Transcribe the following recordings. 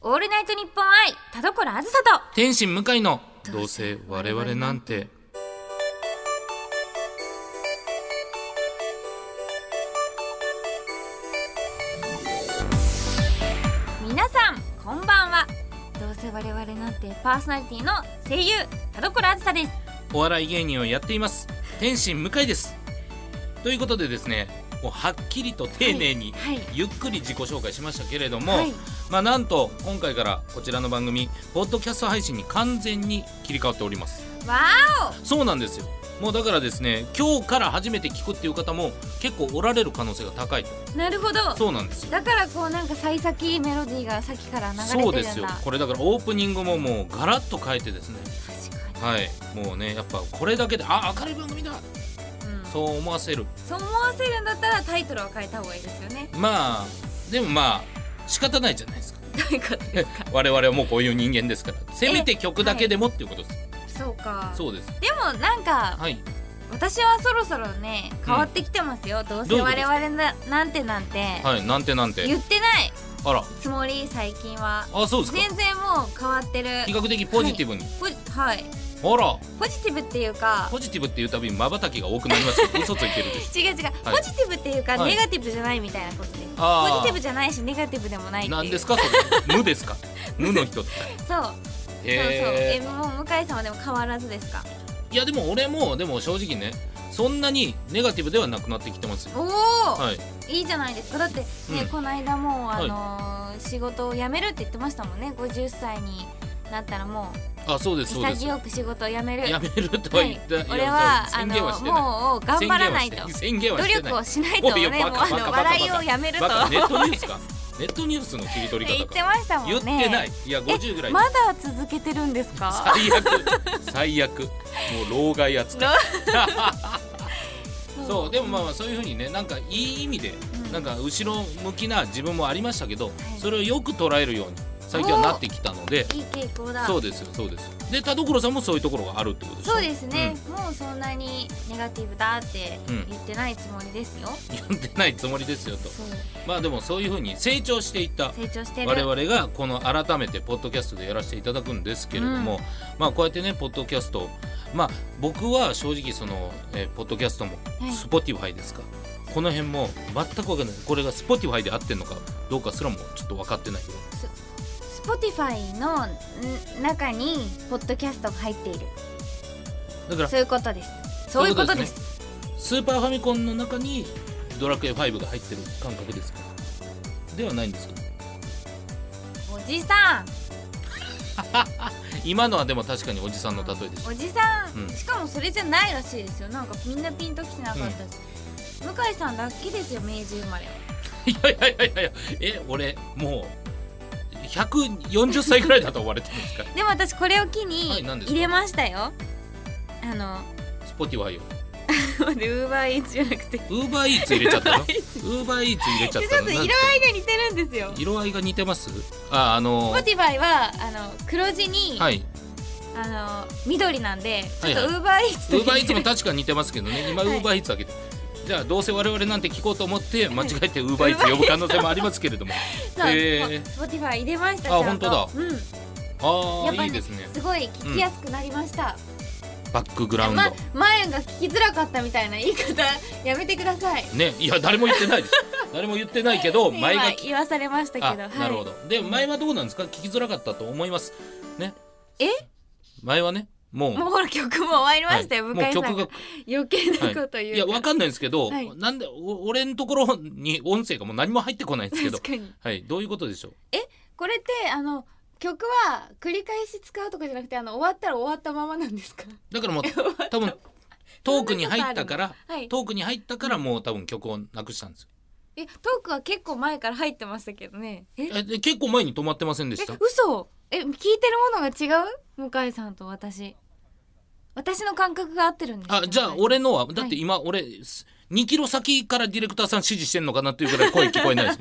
オールナイトニッポン愛田所あずさと天心向井のどどううせせ我我々々ななんんて皆さんこんばんはどうせ我々なんてパーソナリティの声優田所あずさですお笑い芸人をやっています天心向井ですということでですねもうはっきりと丁寧に、はいはいゆっくり自己紹介しましたけれども、はいまあなんと今回からこちらの番組ポッドキャスト配信に完全に切り替わっておりますわそうなんですよもうだからですね今日から初めて聞くっていう方も結構おられる可能性が高いとーおなるほどそうなんですよだからこうなんか幸先メロディーがさっきから流れてるそんうだですよこれだからオープニングももうガラッと変えてですね確かはいもうねやっぱこれだけであ明るい番組だに、うん、そそう思わせるう思わせるんだったらタイトルを変えた方がいいですよ ねまあでもまあ仕方ないじゃないですかどういうことですか我々はもうこういう人間ですからせめて曲だけでもっていうことです、そうかそうですでもなんかはい私はそろそろね変わってきてますよ、どうどうせいうこと我で々すななんてなんてはいなんてなんて言ってないあらつもり最近はあそうですか全然もう変わってる比較的ポジティブに、ポジはいあらポジティブっていうかポジティブっていうたびに瞬きが多くなりますよ嘘ついてるでし違う違う、はいポジティブっていうか、はいネガティブじゃないみたいなことですあポージティブじゃないしネガティブでもないっていょう何ですかそれ無ですか無の人ってそう そうそうえへえもう向井さんはでも変わらずですかいやでも俺もでも正直ねそんなにネガティブではなくなってきてますよおお、はいい、いじゃないですかだってね、うんこの間もうあはいのー仕事を辞めるって言ってましたもんね50歳になったらもあそううですそうです潔く仕事を辞めるやめるとは言った、はいいや俺はあそう宣の言はしてないもう頑張らないと宣言は努してない力をしないとおいねよもうバカあバカのバカ笑いをやめるとバカネットニュースかネットニュースの切り取り言っ方てかましたもん言ねってないいや50ぐらいまだ続けてるんですか最悪最悪もう老害扱い そうでもまあまあそういうふうにねなんかいい意味で、うんなんか後ろ向きな自分もありましたけど、いそれをよく捉えるように最近はなってきたのでいい傾向だそうですよそうですよで田所さんもそういうところがあるってことでしょそうですね、もうそんなにネガティブだってうん言ってないつもりですよ、 言ってないつもりですよとそうまあでもそういうふうに成長していった成長してる我々がこの改めてポッドキャストでやらせていただくんですけれども、うんまあこうやってねポッドキャストまあ僕は正直その、えーポッドキャストもい Spotify ですか、この辺も全く分かんないこれが Spotify で合ってんのかどうかすらもちょっと分かってないよ Spotify のん中にポッドキャストが入っているだからそういうことですそういうことですスーパーファミコンの中にドラクエ5が入ってる感覚ですかではないんですけどおじさん今のはでも確かにおじさんの例えでした、おじさん、うんしかもそれじゃないらしいですよなんかみんなピンときてなかったし、向井さんだけですよ明治生まれはいやいやいやいやいやえ俺もう140歳ぐらいだと思われてるんで すかでも私これを機はにい何ですか入れましたよ、あのスポティファイをウーバーイーツじゃなくてウーバーイーツ入れちゃったのウーバーイーツ入れちちゃょっっとたの色合いが似てるんですよなんか色合いが似てますああの Spotify はあの黒地に、はいあの緑なんでちょっとはウいはいーバーイーツウとーバーイーツも似てる確かに似てますけどね今ウはいーバーイーツだけで、じゃあどうせ我々なんて聞こうと思って間違えてウーバーイーツ呼ぶ可能性もありますけれどもそう、へー Spotify 入れましたあちゃんと本うんあやっぱありいいですねすごい聞きやすくなりました、バックグラウンド、ま前が聞きづらかったみたいな言い方やめてくださいねいや誰も言ってないです誰も言ってないけど今前が聞言わされましたけどあなるほど、どで前はどうなんですか聞きづらかったと思いますねえ前はねもうもうほら曲も終わりましたよ、はい向井さんがもう曲が余計なはいこと言う、いやわかんないんですけど、はいなんでお俺のところに音声がもう何も入ってこないんですけど確かにはいどういうことでしょうこれってあの曲は繰り返し使うとかじゃなくてあの終わったら終わったままなんですかだからもう多分トークに入ったからはいトークに入ったからもう多分曲をなくしたんですよえトークは結構前から入ってましたけどねえええで結構前に止まってませんでした嘘え聞いてるものが違う向井さんと私私の感覚が合ってるんですかあじゃあ向井さん俺のはだって今俺す2キロ先からディレクターさん指示してんのかなっていうぐらい声聞こえないです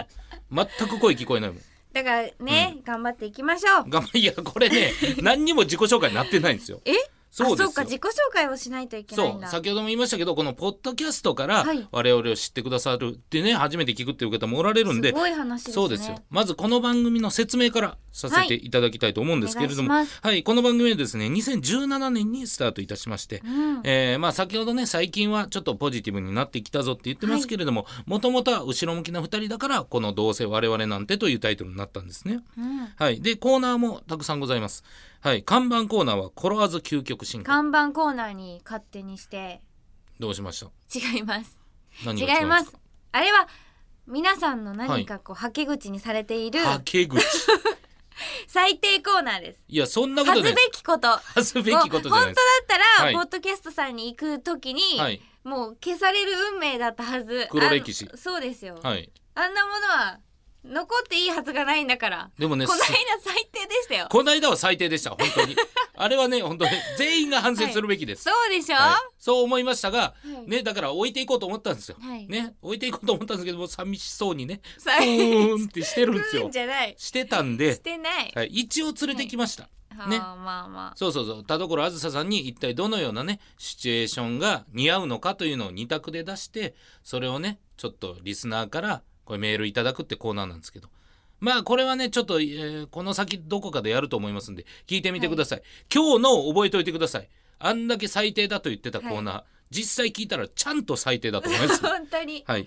もん全く声聞こえないもんだからね、頑張っていきましょうがいやこれね何にも自己紹介になってないんですよえそうであそうすかよ自己紹介をしないといけないそんうだ先ほども言いましたけどこのポッドキャストからはい我々を知ってくださるってね初めて聞くっていう方もおられるんですごい話ですねそうですよまずこの番組の説明からさせていただきたいと思うんですけれども、おは願いいしまこの番組はですね2017年にスタートいたしまして、うんえーまあ、先ほどね最近はちょっとポジティブになってきたぞって言ってますけれどももともとは後ろ向きな2人だからこの「どうせ我々なんて」というタイトルになったんですね。うんはい、でコーナーもたくさんございます。はい、看板コーナーは「転わず究極進化看板コーナーに勝手にして」どうしました違います何が違いんでますあれは皆さんの何かこうはけ口にされているはけ口最低コーナーですいやそんなこ恥とずなべいですきこと恥ずべもうきこ本と当じだゃないっですたはらいポッドキャストさんに行くときにはいもう消される運命だったはず黒歴史あそうですよはいあんなものは残っていいはずがないんだからでもねこの間す最低でしたよこの間は最低でした本当にあれはね本当に全員が反省するべきです、そうでしょ、はいそう思いましたが、はいねだから置いていこうと思ったんですよ、はいね置いていこうと思ったんですけども寂しそうにねう最低ーんってしてるんで すうよんじゃないしてたんしで、てない、はい、一応連れてきました、はあねまあまあそうそうそう田所あずささんに一体どのようなねシチュエーションが似合うのかというのを二択で出してそれをねちょっとリスナーからこれメールいただくってコーナーなんですけどまあこれはねちょっと、えーこの先どこかでやると思いますんで聞いてみてください、今日のを覚えておいてくださいあんだけ最低だと言ってたコーナー、実際聞いたらちゃんと最低だと思い ます本当にはい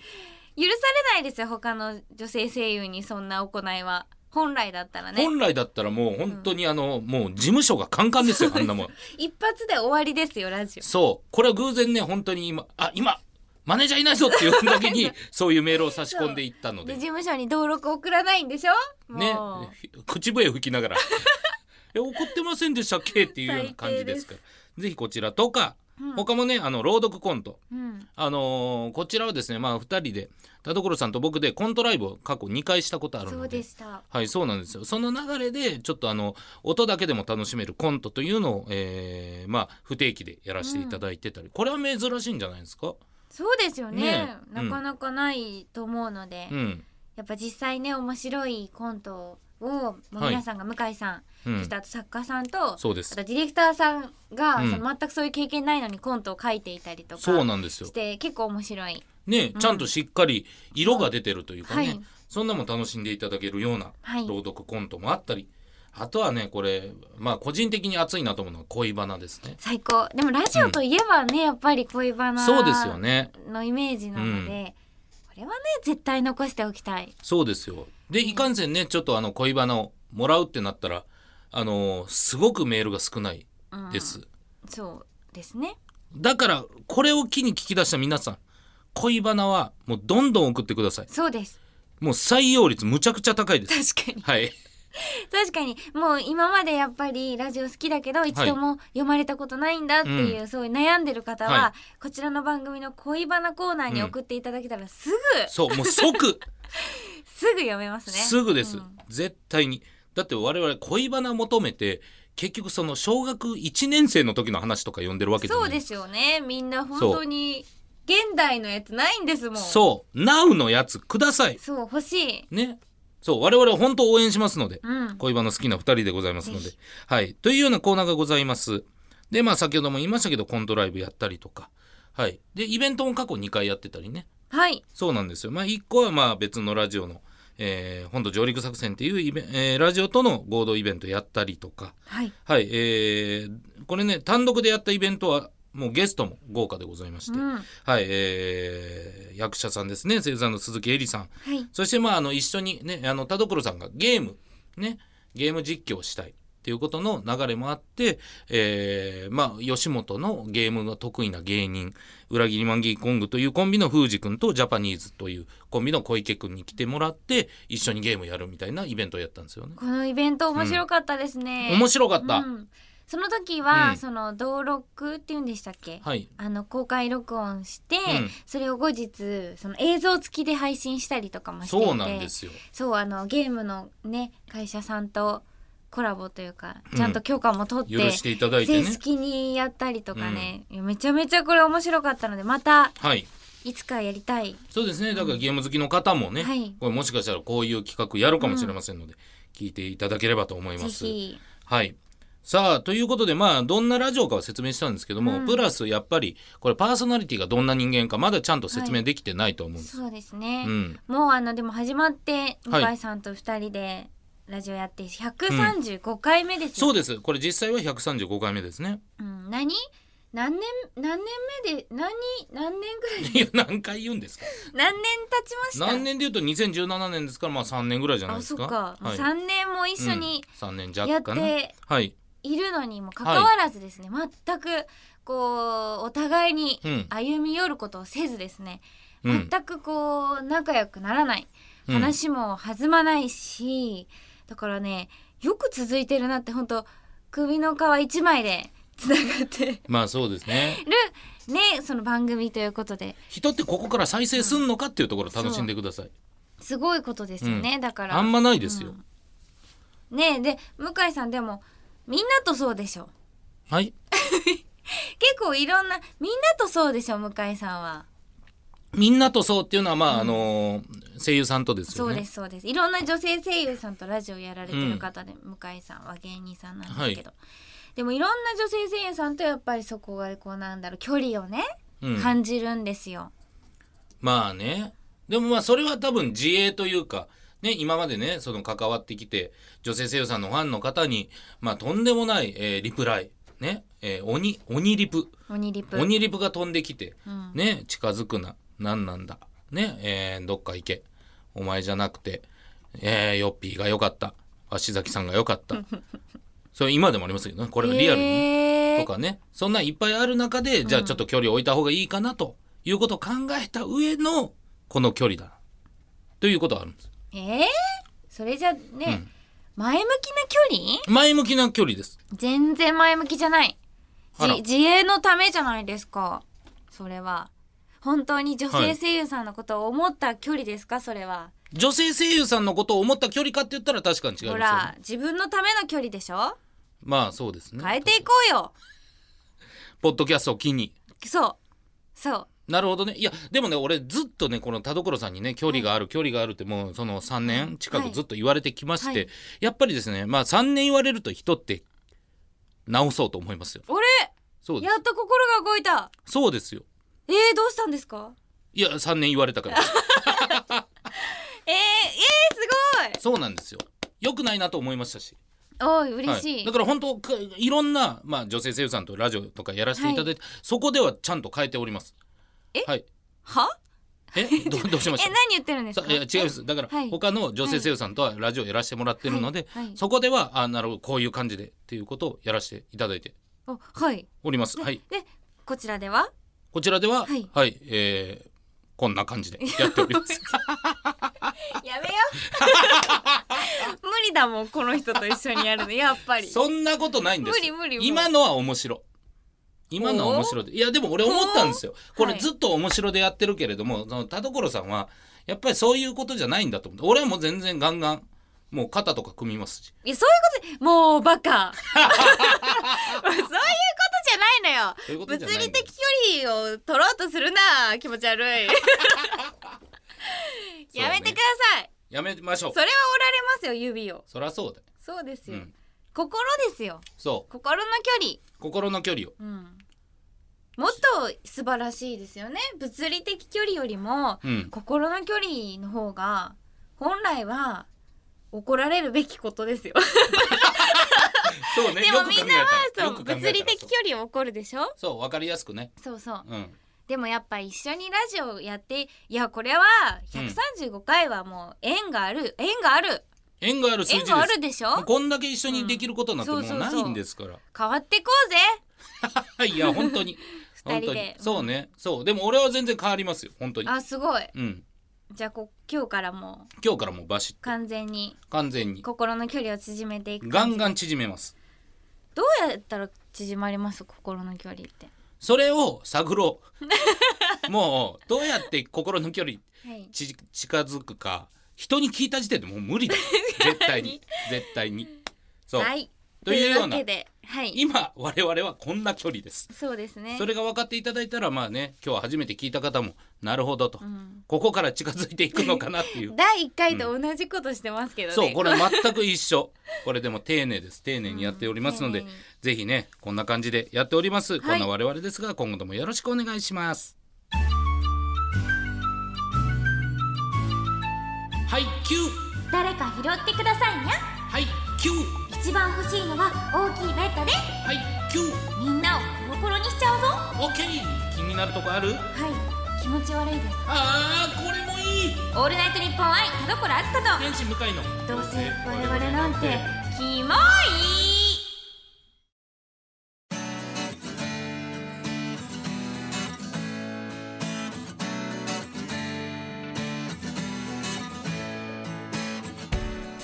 許されないですよ他の女性声優にそんな行いは本来だったらね本来だったらもう本当にあの、もう事務所がカンカンですよあんなもん一発で終わりですよラジオそうこれは偶然ね本当に今あ今マネージャーいないぞっていうだ けにそういうメールを差し込んでいったのでで事務所に登録送らないんでしょねもふ口笛吹きなが ら「え怒ってませんでしたっけ?」っていうような感じですからぜひこちらとか、う、うん他もねあの朗読コントうんあのーこちらはですねまあ2人で田所さんと僕でコントライブを過去2回したことあるのでそうでしたはいそうなんですよその流れでちょっとあの音だけでも楽しめるコントというのを、えーまあ、不定期でやらせていただいてたり、これは珍しいんじゃないですか、そうですよねねえなかなかないと思うので、うんやっぱ実際ね面白いコントをもう皆さんが向井さん、うそんして、あと作家さんとそうであすとディレクターさんが、うんその全くそういう経験ないのにコントを書いていたりとかそうなんですよし、て結構面白いね、うんちゃんとしっかり色が出てるというかね、はいそんなもん楽しんでいただけるようなはい朗読コントもあったり、あとはねこれまあ個人的に熱いなと思うのは恋バナですね最高でもラジオといえばね、やっぱり恋バナそうですよねのイメージなので、うこれはね絶対残しておきたいそうですよでいかんせんねちょっとあの恋バナをもらうってなったらあのーすごくメールが少ないうんです、そうですねだからこれを機に聞き出した皆さん恋バナはもうどんどん送ってくださいそうです もう採用率むちゃくちゃ高いです確かにはい確かにもう今までやっぱりラジオ好きだけど一度も読まれたことないんだっていう、そういう悩んでる方は、はこちらの番組の恋バナコーナーに送っていただけたらすぐ、そうも う即すぐ読めますねすぐです、うん絶対にだって我々恋バナ求めて結局その小学1年生の時の話とか読んでるわけじゃそなういですよねみんな本当に現代のやつないんですもんうそう「NOW」のやつくださいそう欲しいねそう我々は本当応援しますので、うん恋バナ好きな2人でございますのぜではいというようなコーナーがございますでまあ先ほども言いましたけどコントライブやったりとかはいでイベントも過去2回やってたりねはいそうなんですよ。まあ、一個はまあ別のラジオの、えー本土上陸作戦っていうイベ、えーラジオとの合同イベントやったりとか、はいはい、えーこれね、単独でやったイベントは、もうゲストも豪華でございましうて、んははい、えー役者さんですね、生産の鈴木恵里さん、いそしてまあ、あの、一緒にね、あの、田所さんがゲーム、ね、ゲーム実況をしたい。っていうことの流れもあって、えーまあ、吉本のゲームが得意な芸人、裏切りマンギーコングというコンビのフージ君とジャパニーズというコンビの小池君に来てもらって、一緒にゲームやるみたいなイベントをやったんですよね。このイベント面白かったですね、面白かった。うんその時は、うんその登録っていうんでしたっけ、はい。あの公開録音して、んそれを後日その映像付きで配信したりとかもしていてそうなんですよ。そうあのゲームのね会社さんとコラボというかちゃんと許可も取って、許していただい正てね。式にやったりとかね、いやめちゃめちゃこれ面白かったのでまたはい。いつかやりたいそうですね。だからゲーム好きの方もね、はいこれもしかしたらこういう企画やるかもしれませんので、聞いていただければと思いぜます。ひはい。さあということでまあどんなラジオかは説明したんですけども、うんプラスやっぱりこれパーソナリティがどんな人間かまだちゃんと説明できてないと思うんです、そうですね、うんもうあのでも始まって向はい井さんと二人でラジオやって135回目ですよ、そうですこれ実際は135回目ですねうん何何年何年目で何何年ぐらい いや何回言うんですか何年経ちました何年でいうと2017年ですからまあ3年ぐらいじゃないあですそっかか、はい、三年も一緒に3年や弱っかなてはいいるのにもかかわらずですね、全くこうお互いにうん歩み寄ることをせずですね、うん全くこう仲良くならないうん話も弾まないし、だからねよく続いてるなって本当首の皮一枚でつながってまあそうですねる ねその番組ということで人ってここから再生すんのかっていうところを楽しんでくださいすごいことですよね、だからあんまないですよ、ねで向井さんでもみんなとそうでしょはい結構いろんなみんなとそうでしょ向井さんは。みんなとそうっていうのはまあ、あのー声優さんとですよそねうですそうですいろんな女性声優さんとラジオやられてる方で、向井さんは芸人さんなんですけど、でもいろんな女性声優さんとやっぱりそこがこうなんだろう距離をね、うん感じるんですよ。まあねでもまあそれは多分自衛というかね今までねその関わってきて女性声優さんのファンの方にまあとんでもない、えーリプライね、えー鬼鬼リプ鬼リプ、鬼リプが飛んできて、うんね近づくな何なんだね、えーどっか行けお前じゃなくて、えーヨッピーが良かった鷲崎さんが良かった それ今でもありますけどねこれがリアルにね、えーとかねそんなんいっぱいある中でじゃあちょっと距離を置いた方がいいかなということを考えた上のこの距離だということがあるんですえーそれじゃね、ん前向きな距離前向きな距離です全然前向きじゃないあらじ自衛のためじゃないですかそれは本当に女性声優さんのことを思った距離ですかそれは女性声優さんのことを思った距離かって言ったら確かに違いますよほねら自分のための距離でしょまあそうですね変えていこうよポッドキャストを機にそうそうなるほどねいやでもね俺ずっとねこの田所さんにね距離がある、距離があるってもうその3年近はくいずっと言われてきまして、はいやっぱりですねまあ3年言われると人って直そうと思いますよ俺そうでやすっと心が動いたそうですよえー、どうしたんですかいや3年言われたからえー、えー、すそうなんですよ。良くないなと思いましたし、ごいおい嬉しい、はい、だから本当かいろんな、まあ、女性声優さんとラジオとかやらせていただいて、そこではちゃんと変えております。えはい、はえ どどうしまえした何言ってるんですさかいや違いますだから、はい他の女性声優さんとはラジオやらせてもらってるので、はいはいそこではあなるほどこういう感じでっていうことをやらせていただいておはいおります。はい、でこちらではこちらでは、ははいいえーこんな感じでやっております。やめよ 無理だもんこの人と一緒にやるのやっぱりそんなことないんですよ無理無理今のは面白今のは面白でいやでも俺思ったんですよほこうれずっと面白でやってるけれども、その田所さんはやっぱりそういうことじゃないんだと思って俺はもう全然ガンガンもう肩とか組みますしいやそういうこともうバ カそういうことじゃないのよそういうことじ物ゃないんだ理的距離を取ろうとするな気持ち悪 いやめてくださいやめましょうそれは折られますよ指をそりゃそうだよそうですよ、うん心ですよそ心の距う心の距離を離、うん、もっと素晴らしいですよね物理的距離よりもうん心の距離の方が本来は怒られるべきことですよそうねでよもくみ考んえなはたらよそうく考えたら物理的そう距離を怒るでしょそう分かりやすくねそうそううんでもやっぱ一緒にラジオやっていやこれは135回はもう縁がある縁がある縁がある数縁字ですがあるでしょもうこんだけ一緒にできることなんてもうそうそうなそういんですから、変わってこうぜい や本当に二本人当でにそうねそうでも俺は全然変わりますよ本当にあすごいうんじゃあこ今日からもう今日からもうバシッと完全に完全に心の距離を縮めていくガンンガン縮めますどうやったら縮まります心の距離ってそれを探ろう もうどうやって心の距離はいち近づ くか人に聞いた時点でもう無理だ絶対に絶対にそう、はいというようなわけではい今我々はこんな距離ですそうですねそれが分かっていただいたらまあね今日初めて聞いた方もなるほどと、うんここから近づいていくのかなっていう第一回と同じことしてますけどね、そうこれ全く一緒これでも丁寧です丁寧にやっておりますので、うん丁寧にぜひねこんな感じでやっております、いこんな我々ですが今後ともよろしくお願いしますはいキュー誰か拾ってくださいにゃはいキュー一番欲しいのは大きいベッドですはいキューみんなをコロコロにしちゃうぞオッケー気になるとこあるはい気持ち悪いですあーこれもいいオールナイトニッポン愛田所あずさ天使向かいのとどうせ我々なんてキモい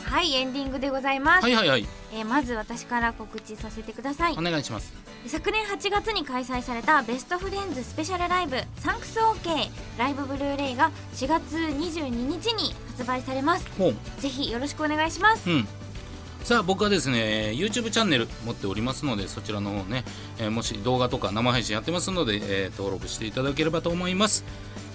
はいエンディングでございます、はいはいはいえーまず私から告知させてくださいお願いします昨年8月に開催されたベストフレンズスペシャルライブ「サンクス OK ライブブルーレイ」が4月22日に発売されますほうぜひよろしくお願いしますうん、さあ僕はですね YouTube チャンネル持っておりますのでそちらの方ね、えーもし動画とか生配信やってますので、えー登録していただければと思います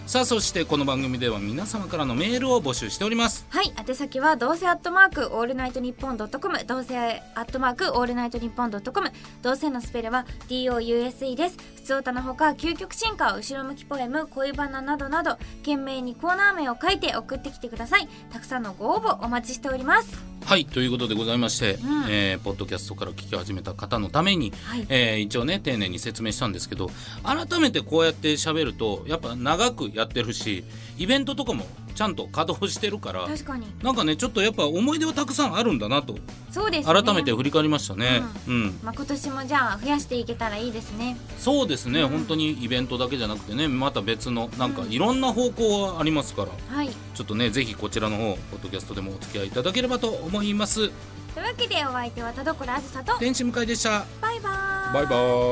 さあそしてこの番組では皆様からのメールを募集しておりますはい宛先はどうせアットマークオールナイトニッポンドットコムどうせアットマークオールナイトニッポンドットコムどうせのスペルは DOUSE です普通歌のほか究極進化後ろ向きポエム恋バナなどなど懸命にコーナー名を書いて送ってきてくださいたくさんのご応募お待ちしておりますはいということでございまして、んえーポッドキャストから聞き始めた方のために、はいえー一応ね丁寧に説明したんですけど改めてこうやって喋るとやっぱ長くやってるしイベントとかもちゃんと稼働してるから確かになんかねちょっとやっぱ思い出はたくさんあるんだなとそうですね改めて振り返りましたね。うん、まあ、今年もじゃあ増やしていけたらいいですね。そうですね、本当にイベントだけじゃなくてね、また別のなんかいろんな方向はありますから、はい。ちょっとねぜひこちらの方ポッドキャストでもお付き合いいただければと思います。というわけでお相手は田所あずさと天使向井でした。バイバーイ。バイ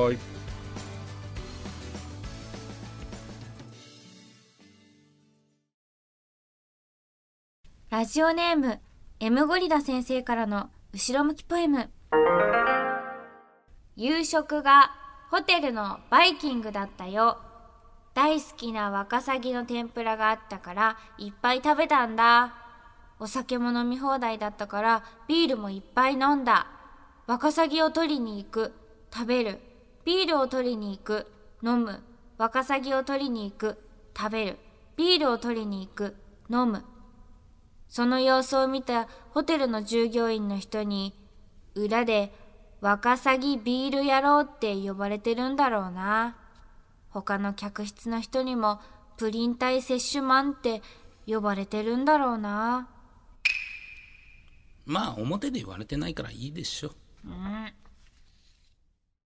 バイ。ラジオネーム M ゴリラ先生からの後ろ向きポエム夕食がホテルのバイキングだったよ大好きなワカサギの天ぷらがあったからいっぱい食べたんだお酒も飲み放題だったからビールもいっぱい飲んだワカサギを取りに行く食べるビールを取りに行く飲むワカサギを取りに行く食べるビールを取りに行く飲むその様子を見たホテルの従業員の人に、裏で、ワカサギビール野郎って呼ばれてるんだろうな。他の客室の人にも、プリン体摂取マンって呼ばれてるんだろうな。まあ表で言われてないからいいでしょ。うん。